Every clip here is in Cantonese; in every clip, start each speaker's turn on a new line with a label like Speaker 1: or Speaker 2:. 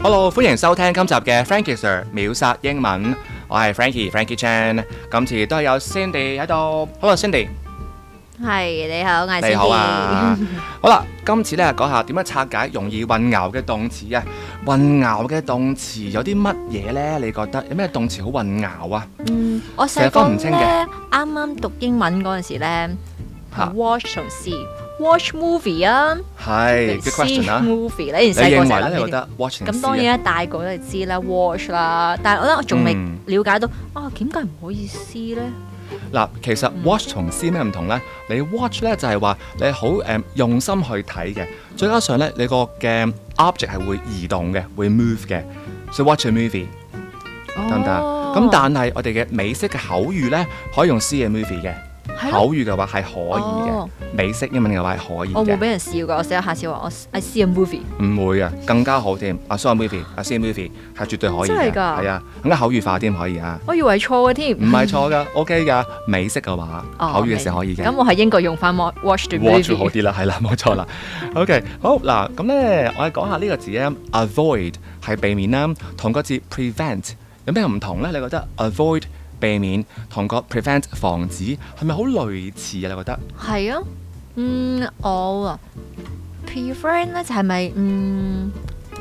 Speaker 1: Hello，歡迎收聽今集嘅 Frankie Sir 秒殺英文，我係 Frankie，Frankie Chan，今次都係有 Cindy 喺度，Hello Cindy，
Speaker 2: 係你好，我係
Speaker 1: 你
Speaker 2: Cindy
Speaker 1: 好啊，好啦，今次咧講下點樣拆解容易混淆嘅動詞啊，混淆嘅動詞有啲乜嘢呢？你覺得有咩動詞好混淆啊？
Speaker 2: 嗯，我
Speaker 1: 成
Speaker 2: 細個
Speaker 1: 日分唔清嘅
Speaker 2: 咧，啱啱讀英文嗰陣時咧
Speaker 1: 嚇
Speaker 2: ，watch 同 see，watch movie 啊，
Speaker 1: 係
Speaker 2: 定
Speaker 1: good
Speaker 2: see
Speaker 1: question 啊，
Speaker 2: movie 咧，以
Speaker 1: 你
Speaker 2: 前細
Speaker 1: 認
Speaker 2: 個
Speaker 1: 為
Speaker 2: 成日
Speaker 1: 咧？
Speaker 2: 諗
Speaker 1: 你
Speaker 2: 呢
Speaker 1: 覺
Speaker 2: 啲。
Speaker 1: 得啊 watching
Speaker 2: 咁當然啦，大個都係知啦，watch 啦，但係我覺得我仲未
Speaker 1: 嗯
Speaker 2: 了解到，啊點解唔可以 see 咧？
Speaker 1: 嗱，其實
Speaker 2: 嗯
Speaker 1: watch 同 see 咩唔同呢？你 watch 呢就係話你好誒、嗯用心去睇嘅，再加上呢，你個嘅 object 係會移動嘅，會 move 嘅，所以 watch a movie 等等。啊
Speaker 2: 哦
Speaker 1: 咁、但係我哋嘅美式嘅口語呢，可以用 see a movie 嘅，
Speaker 2: 係咯
Speaker 1: 口語嘅話係可以嘅，
Speaker 2: 哦
Speaker 1: 美式英文嘅話係可以
Speaker 2: 我冇
Speaker 1: 嘅，
Speaker 2: 俾人笑噶，我寫下次話我 I see a movie，
Speaker 1: 唔會啊，更加好添。啊 saw a movie，啊 see a movie 係絕對可以
Speaker 2: 真係
Speaker 1: 嘅，
Speaker 2: 㗎
Speaker 1: 係啊，更加口語化添可以啊，
Speaker 2: 我以為錯嘅添。
Speaker 1: 唔係錯㗎，OK 㗎，美式嘅話
Speaker 2: 哦
Speaker 1: 口語嘅時候可以嘅
Speaker 2: 咁。我喺英國用翻 watch the
Speaker 1: watch 會
Speaker 2: movie，
Speaker 1: 好啲啦， 係啦，冇錯啦。OK，好嗱，咁咧我哋講下呢個字咧，avoid 係避免啦，同個字 prevent 有咩唔同咧？你覺得 avoid 避免同個 prevent 防止係咪好類似啊？你覺得？
Speaker 2: 係啊，嗯，我啊 prevent 咧就係咪嗯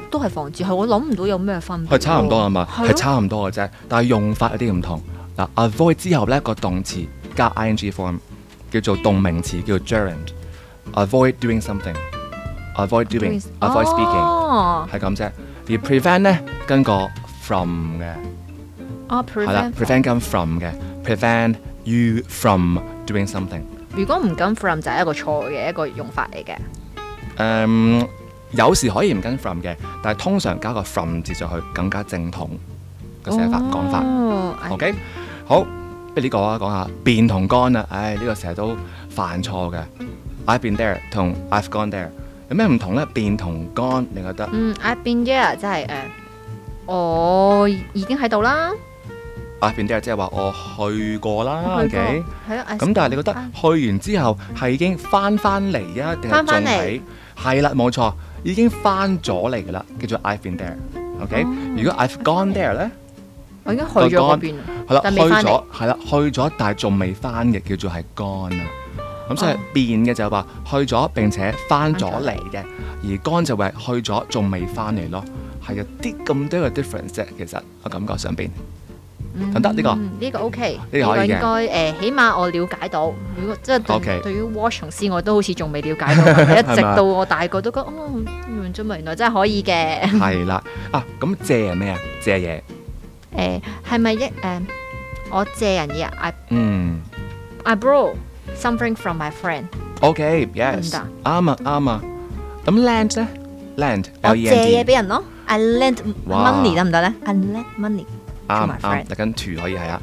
Speaker 2: 都係防止，係我諗唔到有咩分別喎。Oh，
Speaker 1: 係差唔多啊係嘛？
Speaker 2: 哦係
Speaker 1: 係
Speaker 2: 咯
Speaker 1: 差唔多嘅啫，但係用法有啲唔同。嗱，avoid 之後咧個動詞加 ing form 叫做動名詞，叫做 gerund。avoid doing something，avoid doing，avoid speaking
Speaker 2: 哦，
Speaker 1: 係咁啫。而 prevent 咧跟個 from 嘅。
Speaker 2: 啊
Speaker 1: 係啦
Speaker 2: prevent。
Speaker 1: ，prevent 跟 from 嘅，prevent you from doing something。
Speaker 2: 如果唔跟 from 就係一個錯嘅一個用法嚟嘅。
Speaker 1: 誒，嗯有時可以唔跟 from 嘅，但係通常加個 from 字上去更加正統嘅寫法講法。
Speaker 2: 哦
Speaker 1: OK，好，不如呢個啊講下變同乾啊，唉，呢個成日都犯錯嘅。I've been there 同 I've gone there 有咩唔同呢？變同乾，你覺得
Speaker 2: 嗯，I've been there 即係誒，呃我已經喺度啦，
Speaker 1: I've been there 即係話我去過啦
Speaker 2: 我去過
Speaker 1: ，OK。
Speaker 2: 係啊。
Speaker 1: 咁但係你覺得
Speaker 2: 啊
Speaker 1: 去完之後係已經翻翻嚟啊，定係
Speaker 2: 返
Speaker 1: 仲
Speaker 2: 返嚟
Speaker 1: 喺？係啦，冇錯，已經翻咗嚟㗎啦，叫做 I've been there。OK，
Speaker 2: 哦
Speaker 1: 如果 I've gone there 咧，
Speaker 2: 我已經去咗嗰邊，
Speaker 1: 係啦，
Speaker 2: 但
Speaker 1: 去
Speaker 2: 未返嚟
Speaker 1: 咗，係啦，去咗，但係仲未翻嘅，叫做係 gone 啊。咁所以
Speaker 2: 哦
Speaker 1: 變嘅就係話去咗並且翻咗
Speaker 2: 返咗
Speaker 1: 嚟嘅，而 gone 就係去咗仲未翻嚟咯。係有啲咁多嘅 difference 啫，其實我感覺上邊得唔得呢個
Speaker 2: 嗯呢個 OK，
Speaker 1: 呢個可以嘅
Speaker 2: 應該呃誒，起碼我了解到。如果即係
Speaker 1: OK
Speaker 2: 對對於 watch 同 see 我都好似仲未了 解到，一
Speaker 1: 係
Speaker 2: 直
Speaker 1: 嘛
Speaker 2: 到我大個都覺得哦，原來原來真係可以嘅。
Speaker 1: 係啦。啊，咁借係咩啊？借嘢，
Speaker 2: 誒係咪一誒我借人嘢啊
Speaker 1: 嗯。
Speaker 2: ？I I borrow something from my friend。
Speaker 1: OK，yes，
Speaker 2: 得唔
Speaker 1: 啱啊，啱啊。咁 land 咧，land
Speaker 2: 我
Speaker 1: L E
Speaker 2: 借
Speaker 1: N
Speaker 2: 嘢
Speaker 1: D，
Speaker 2: 俾人咯，I lend
Speaker 1: 哇
Speaker 2: money 得唔得咧？I lend money
Speaker 1: 啱啱，
Speaker 2: my friend
Speaker 1: 嗱跟住可以係啊，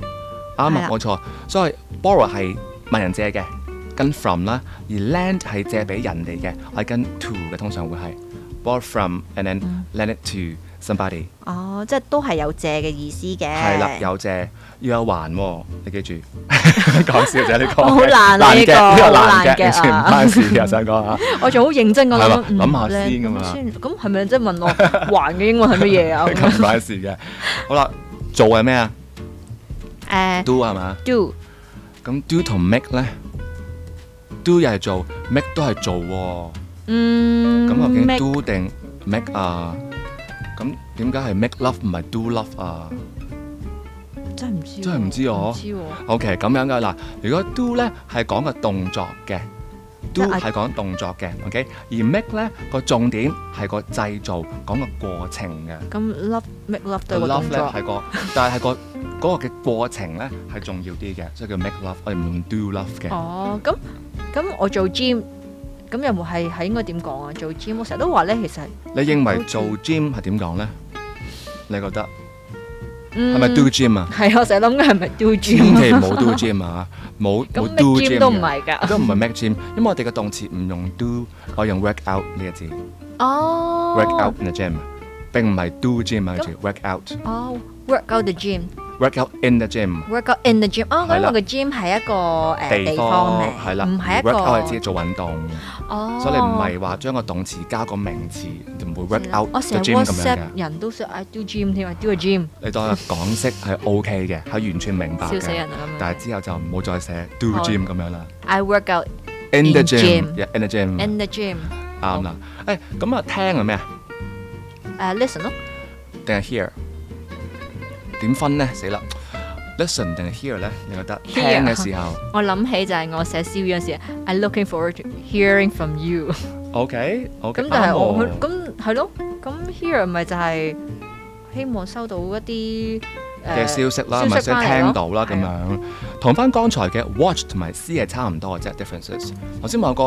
Speaker 1: 啱
Speaker 2: 係
Speaker 1: 啊，
Speaker 2: 啦
Speaker 1: 冇錯。所以 borrow 係問人借嘅，跟 from 啦，而 land 係借俾人哋嘅，我係跟 to 嘅，通常會係 borrow from and then
Speaker 2: 嗯
Speaker 1: lend it to somebody，
Speaker 2: 哦，即係都係有借嘅意思嘅。
Speaker 1: 係啦，有借要有還喎，你記 住。講笑啫，呢個
Speaker 2: 好難啊呢
Speaker 1: 嘅，呢
Speaker 2: 個
Speaker 1: 個
Speaker 2: 好
Speaker 1: 難嘅，
Speaker 2: 難嘅
Speaker 1: 完全唔
Speaker 2: 啊
Speaker 1: 關事嘅，想講 啊。
Speaker 2: 我仲好認真咁
Speaker 1: 係嘛
Speaker 2: 諗，嗯
Speaker 1: 諗下先㗎嘛
Speaker 2: 諗先咁係咪即係問我 還嘅英文係乜 嘢啊？咁
Speaker 1: 咁唔關事嘅。好啦，做係 咩啊
Speaker 2: 誒
Speaker 1: ？do 係嘛？
Speaker 2: do
Speaker 1: 咁 do 同 make 咧，do 又係做，make 都係做喎。
Speaker 2: 嗯
Speaker 1: 咁究竟
Speaker 2: make
Speaker 1: do 定 make 啊？咁點解係 make love 唔係 do love 啊
Speaker 2: 真係唔知喎，
Speaker 1: 真係唔知我
Speaker 2: 唔知喎
Speaker 1: ？OK，咁樣噶嗱。如果 do 咧係講個動作嘅，do
Speaker 2: 即係
Speaker 1: 係講動作嘅，OK。而 make 咧個重點係個製造，講個過程嘅。
Speaker 2: 咁 love make love 對個
Speaker 1: love
Speaker 2: 動
Speaker 1: 咧
Speaker 2: 作
Speaker 1: 係個，但係係個嗰個嘅過程咧係重要啲嘅，所以叫 make love，我哋唔用 do love 嘅。
Speaker 2: 哦，咁咁我做 gym 咁有冇係係應該點講啊？做 gym 我成日都話咧，其實
Speaker 1: 你認為
Speaker 2: Okay
Speaker 1: 做 gym 係點講咧？你覺得
Speaker 2: 係
Speaker 1: 係
Speaker 2: Ừ.
Speaker 1: 咪 do gym 啊？
Speaker 2: 係我成日諗緊係咪 do
Speaker 1: 千
Speaker 2: gym
Speaker 1: 祈唔好 do gym 啊，冇
Speaker 2: 咁
Speaker 1: 冇
Speaker 2: make
Speaker 1: do
Speaker 2: Ừ. gym
Speaker 1: gym
Speaker 2: 都唔
Speaker 1: 嘅
Speaker 2: 係㗎。
Speaker 1: 都唔係 make gym，因為我哋嘅動詞唔用 do，我用 work out 呢個字
Speaker 2: 哦 Ờ.
Speaker 1: ，work out in the gym，並唔係 do gym 啊，
Speaker 2: 咁
Speaker 1: 住 work out
Speaker 2: 哦，work out Ờ, the gym，
Speaker 1: work out in the gym。
Speaker 2: work out in the gym 啊，
Speaker 1: 係
Speaker 2: 因
Speaker 1: 啦
Speaker 2: 為個 gym 係一個誒
Speaker 1: 地
Speaker 2: 地方
Speaker 1: 方
Speaker 2: 嚟，
Speaker 1: 係啦，
Speaker 2: 唔係一個
Speaker 1: work out 係自己做運動，
Speaker 2: 哦，
Speaker 1: 所以你唔係話將個動詞加個名詞，就唔會 work
Speaker 2: 係啦
Speaker 1: out the
Speaker 2: 我成日
Speaker 1: gym 咁樣嘅
Speaker 2: WhatsApp。人都想 I do à, gym 添，I do a gym，
Speaker 1: 你當係港式係 OK 嘅，係完全明白
Speaker 2: 笑死
Speaker 1: 嘅
Speaker 2: 人，啊咁
Speaker 1: 但係
Speaker 2: 樣。
Speaker 1: 之後就唔好再寫 do
Speaker 2: 好
Speaker 1: gym 咁樣啦。
Speaker 2: I work out
Speaker 1: In the
Speaker 2: In gym
Speaker 1: gym，yeah，in the gym，
Speaker 2: in the gym，
Speaker 1: 啱啦。誒，咁啊，聽係咩啊？
Speaker 2: 誒 Uh, listen 咯
Speaker 1: 定係 hear？點分呢？死啦！listen 定係 hear 呢？你覺得
Speaker 2: Hear 啊
Speaker 1: 聽嘅時候
Speaker 2: 我諗起就係我寫 CV 嗰時，I looking forward to hearing from you。
Speaker 1: ，OK，OK，
Speaker 2: 咁但係我
Speaker 1: 啱喎
Speaker 2: 咁係咯，咁 hear 咪就係希望收到一啲
Speaker 1: 嘅
Speaker 2: 誒
Speaker 1: 消息啦，
Speaker 2: 呃消息
Speaker 1: 咪即係
Speaker 2: 翻嚟咯
Speaker 1: 聽到啦咁
Speaker 2: 係啊
Speaker 1: 樣，同翻剛才嘅 watch 同埋 see 係差唔多嘅啫，differences。頭先問個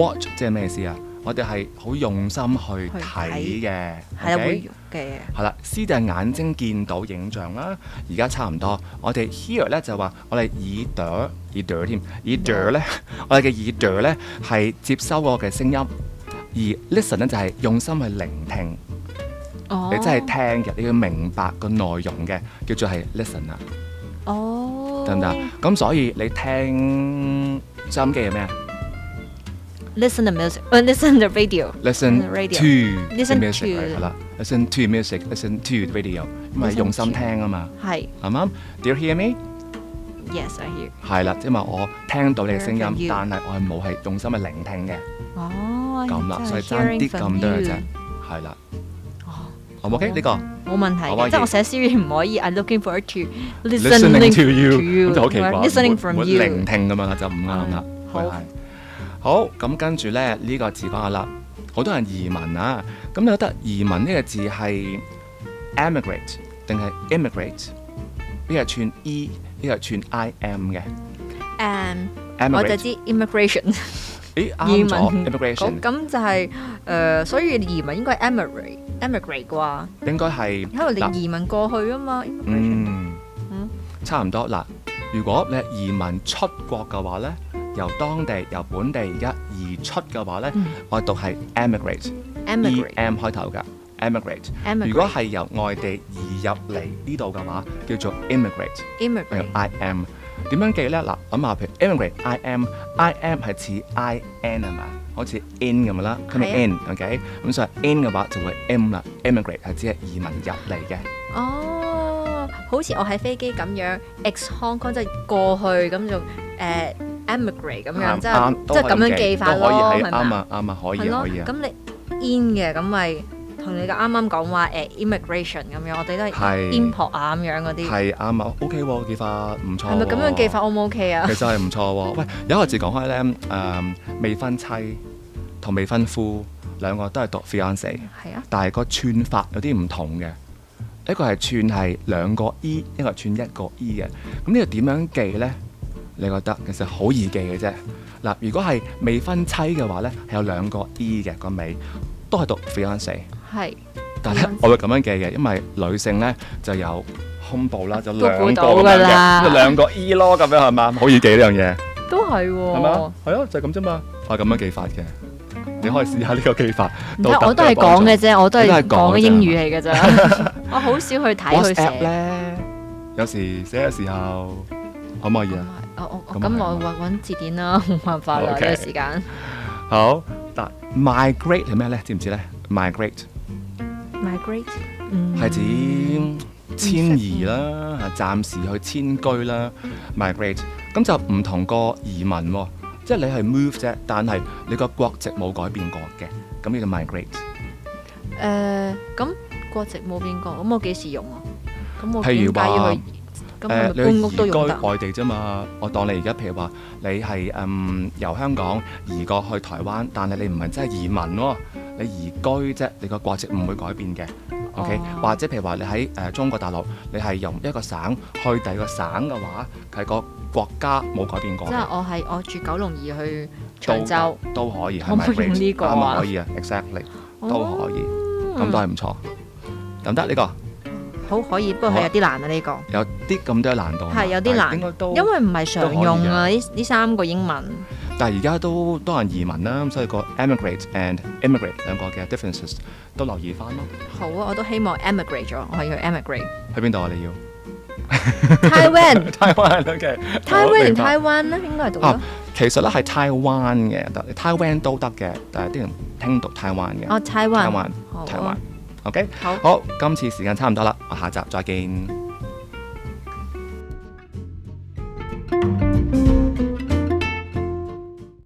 Speaker 1: watch 即係咩意思啊？我哋係好用心去
Speaker 2: 去
Speaker 1: 睇
Speaker 2: 睇
Speaker 1: 嘅
Speaker 2: 係啦啊
Speaker 1: ，OK？
Speaker 2: 會嘅。
Speaker 1: 係啦，see 就係眼睛見到影像啦，而家差唔多。我哋 hear 咧就話我哋耳朵，耳朵添，耳朵咧，
Speaker 2: 嗯
Speaker 1: 我哋嘅耳朵咧係接收我嘅聲音，而 listen 咧就係用心去聆聽，
Speaker 2: 哦，
Speaker 1: 你真係聽嘅，你要明白個內容嘅，叫做係 listen 啦。
Speaker 2: 哦，
Speaker 1: 得唔得？咁所以你聽收音機係咩啊
Speaker 2: Listen to music，呃 listen to radio。
Speaker 1: ？Listen
Speaker 2: Mm, radio
Speaker 1: to the
Speaker 2: Listen
Speaker 1: music
Speaker 2: to
Speaker 1: 係係啦，listen to music，listen to the video，因為
Speaker 2: Listen
Speaker 1: 用心
Speaker 2: to
Speaker 1: 聽啊嘛，
Speaker 2: 係
Speaker 1: 啱唔啱？Do you hear me？
Speaker 2: ，yes I hear。
Speaker 1: 係啦，因為我聽到你嘅聲
Speaker 2: Hearing from
Speaker 1: 音，
Speaker 2: 嗯 you
Speaker 1: 但係我係冇係用心去聆聽嘅，
Speaker 2: 哦，
Speaker 1: 咁啦，
Speaker 2: 真係
Speaker 1: 所以爭啲
Speaker 2: hearing from
Speaker 1: 咁多嘅
Speaker 2: you
Speaker 1: 啫，係啦
Speaker 2: 哦。
Speaker 1: 好唔 OK
Speaker 2: 好
Speaker 1: 呢個
Speaker 2: 冇問題
Speaker 1: 可唔可
Speaker 2: 嘅，
Speaker 1: 以
Speaker 2: 即係我寫 CV 唔可以，I'm looking forward to listening
Speaker 1: listening to
Speaker 2: to
Speaker 1: you
Speaker 2: you，
Speaker 1: 咁就好奇怪
Speaker 2: or listening
Speaker 1: 會
Speaker 2: from
Speaker 1: 會
Speaker 2: you。
Speaker 1: 聆聽咁樣啦，就唔啱啦。
Speaker 2: 嗯
Speaker 1: 會
Speaker 2: 好
Speaker 1: 係好咁跟住咧呢個字講下啦，好多人移民啊，咁你覺得移民呢個字係 emigrate 定係 immigrate？呢個係串 e，呢個係串 i m 嘅
Speaker 2: 誒，我就
Speaker 1: emigrate。
Speaker 2: 知 immigration
Speaker 1: 咦
Speaker 2: 移
Speaker 1: 啱
Speaker 2: 民
Speaker 1: 咗
Speaker 2: 咁
Speaker 1: immigration
Speaker 2: 咁就係誒，所以移民應該係 emigrate emigrate 啩，
Speaker 1: 應該係
Speaker 2: 因為
Speaker 1: 嗱
Speaker 2: 你移民過去啊嘛，immigration
Speaker 1: 嗯
Speaker 2: 嗯
Speaker 1: 差唔多嗱。如果你係移民出國嘅話咧，由當地由本地而家移出嘅話咧，
Speaker 2: 嗯
Speaker 1: 我讀係 emigrate。E
Speaker 2: emigrate
Speaker 1: M 開頭㗎 emigrate。
Speaker 2: emigrate
Speaker 1: 如果係由外地移入嚟呢度嘅話，叫做 immigrate，用
Speaker 2: immigrate
Speaker 1: I M。點樣記呢？嗱，諗啊下譬如 immigrate I M I M 係似 I N 啊係嘛？好似 in 咁樣啦，佢咪
Speaker 2: 係啊
Speaker 1: in，OK？咁所以 in 嘅話就會 M 啦，immigrate 係指係移民入嚟嘅，
Speaker 2: 哦，好似我喺飛機咁樣 ex Hong Kong 即係過去咁就誒 emigrate 咁樣，
Speaker 1: 啱
Speaker 2: 即係
Speaker 1: 啱啊
Speaker 2: 即
Speaker 1: 都
Speaker 2: 係
Speaker 1: 可以
Speaker 2: 咁樣記法
Speaker 1: 都可
Speaker 2: 咯，
Speaker 1: 以係
Speaker 2: 係
Speaker 1: 啱
Speaker 2: 咪啊？
Speaker 1: 啊啱啊，可以
Speaker 2: 係
Speaker 1: 啊
Speaker 2: 咯，
Speaker 1: 可以啊，
Speaker 2: 咁你 in 嘅咁咪同你嘅啱啱講話誒 à, immigration 咁樣，我哋都
Speaker 1: 係
Speaker 2: 係 import à, 啊咁樣嗰啲，
Speaker 1: 係啱啊，OK 喎，記法唔錯喎。
Speaker 2: 係咪咁樣記法 O 唔 OK à? 啊
Speaker 1: 其？實係唔錯 喎。喂，有一個字講開咧，誒、未婚妻同未婚夫兩個都係讀 fiance，
Speaker 2: 係啊，
Speaker 1: 但係個串法有啲唔同嘅。一個係串係兩個 e，一個係串一個 e 嘅。咁呢個點樣記呢？你覺得其實好易記嘅啫。嗱，如果係未婚妻嘅話呢，係有兩個 e 嘅個尾，都係讀 fiance。
Speaker 2: 係
Speaker 1: 但係咧
Speaker 2: Fiancé，
Speaker 1: 我會咁樣記嘅，因為女性咧就有胸部啦，就兩個
Speaker 2: 估到
Speaker 1: 咁
Speaker 2: 㗎
Speaker 1: 樣嘅，
Speaker 2: 啦
Speaker 1: 即係兩個 E 咯，咁樣係嘛？好易記呢樣嘢，
Speaker 2: 都係
Speaker 1: 係咪啊
Speaker 2: 喎。？
Speaker 1: 係啊，就係咁啫嘛。我係咁樣記法嘅，你可以試下呢個記法。
Speaker 2: 唔得，我都係講嘅啫，我都係
Speaker 1: 你都係講
Speaker 2: 講
Speaker 1: 嘅啫
Speaker 2: 英語嚟嘅咋。 我好少去睇佢
Speaker 1: WhatsApp
Speaker 2: 寫。
Speaker 1: 咧，有時寫嘅時候可唔可以啊？
Speaker 2: 我我
Speaker 1: 咁
Speaker 2: 哦咁
Speaker 1: 係
Speaker 2: 我揾揾字典啦， 冇辦法啦，呢
Speaker 1: OK
Speaker 2: 個時間。
Speaker 1: 好，嗱，migrate 係咩咧？知唔知咧？migrate
Speaker 2: migrate 嗯
Speaker 1: 係指遷移啦，啊暫時去遷居啦，migrate。咁就唔同個移民喎、即係你係 move 啫，但係你個國籍冇改變過嘅，咁叫做 migrate。
Speaker 2: 誒咁國籍冇變過，咁我幾時用啊？咁我
Speaker 1: 譬如
Speaker 2: 點解要
Speaker 1: 話
Speaker 2: 去？咁
Speaker 1: 誒、
Speaker 2: 我咪
Speaker 1: 呃你去
Speaker 2: 搬屋都
Speaker 1: 移居
Speaker 2: 用得。
Speaker 1: 外地啫嘛，我當你而家譬如話你係嗯由香港移過去台灣，但係你唔係真係移民喎、你移居啫，你個國籍唔會改變嘅。OK，、
Speaker 2: 哦
Speaker 1: 或者譬如話你喺誒、呃中國大陸，你係由一個省去第二個省嘅話，係個國家冇改變過
Speaker 2: 即
Speaker 1: 嘅
Speaker 2: 係。我係我住九龍而去
Speaker 1: 都
Speaker 2: 長洲，
Speaker 1: 都可以，係
Speaker 2: 可唔可以
Speaker 1: 咪
Speaker 2: 用呢個啊啊
Speaker 1: 啱可以啊，exactly 都可以，咁都係唔錯。得唔得呢個
Speaker 2: 嗯好可以，不過
Speaker 1: 好啊
Speaker 2: 係有啲難啊呢個，
Speaker 1: 有啲咁多難度啊嘛，
Speaker 2: 係有啲難
Speaker 1: 但係應該都
Speaker 2: 因為唔係常用
Speaker 1: 都
Speaker 2: 啊呢呢三個英文
Speaker 1: 但係而家都多人移民啦，咁所以個 emigrate and immigrate 兩個嘅 differences 都留意翻咯。
Speaker 2: 好啊，我都希望 emigrate 咗，我係要 emigrate
Speaker 1: 去邊度啊？你要
Speaker 2: Taiwan、
Speaker 1: Taiwan，OK。明
Speaker 2: Taiwan 定
Speaker 1: 白
Speaker 2: Taiwan 咧，應該係讀咗
Speaker 1: 啊。，其實咧係 Taiwan 嘅，但 Taiwan 都得嘅，但係啲人聽讀 Taiwan 嘅。
Speaker 2: 哦，Taiwan，
Speaker 1: Taiwan，
Speaker 2: 好啊
Speaker 1: Taiwan，OK。
Speaker 2: 好。
Speaker 1: 好，今次時間差唔多啦，我下集再見。